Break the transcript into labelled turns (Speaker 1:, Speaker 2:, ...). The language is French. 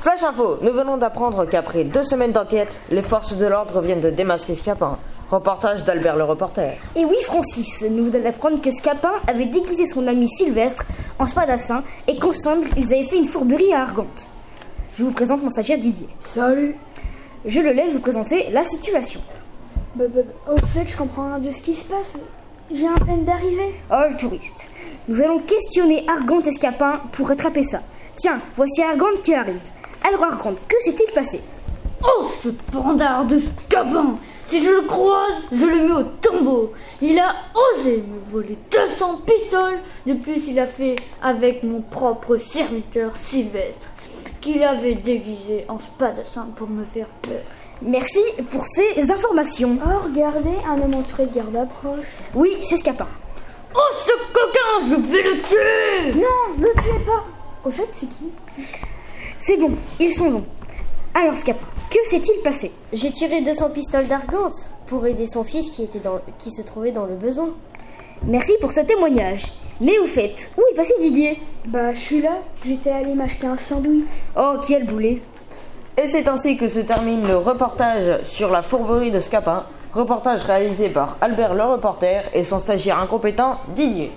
Speaker 1: Flash info, nous venons d'apprendre qu'après deux semaines d'enquête, les forces de l'ordre viennent de démasquer Scapin. Reportage d'Albert le reporter.
Speaker 2: Et oui, Francis, nous venons d'apprendre que Scapin avait déguisé son ami Sylvestre en spadassin et qu'ensemble, ils avaient fait une fourberie à Argante. Je vous présente mon stagiaire Didier.
Speaker 3: Salut
Speaker 2: Je le laisse vous présenter la situation.
Speaker 4: Bah, bah, bah, Au fait, je comprends rien de ce qui se passe. J'ai à peine d'arriver.
Speaker 2: Oh, le touriste. Nous allons questionner Argante et Scapin pour rattraper ça. Tiens, voici Argante qui arrive. Alors, Argante, que s'est-il passé
Speaker 5: Oh, ce pandard de scapin Si je le croise, je le mets au tombeau. Il a osé me voler 200 pistoles. De plus, il a fait avec mon propre serviteur Sylvestre, qu'il avait déguisé en spadassin pour me faire peur.
Speaker 2: Merci pour ces informations.
Speaker 4: Oh, regardez, un homme entouré de garde approche.
Speaker 2: Oui, c'est Scapin.
Speaker 5: Oh, ce coquin Je vais le tuer
Speaker 4: Non, Ah, le tuez pas Au fait, c'est qui
Speaker 2: C'est bon, ils sont bons. Alors, Scapin, que s'est-il passé
Speaker 6: J'ai tiré 200 pistoles d'Argance pour aider son fils qui, était dans, qui se trouvait dans le besoin.
Speaker 2: Merci pour ce témoignage. Mais au fait, où est passé Didier
Speaker 4: Bah, je suis là. J'étais allé m'acheter un sandwich.
Speaker 2: Oh, quel boulet
Speaker 1: Et c'est ainsi que se termine le reportage sur la fourberie de Scapin. Reportage réalisé par Albert le reporter et son stagiaire incompétent Didier.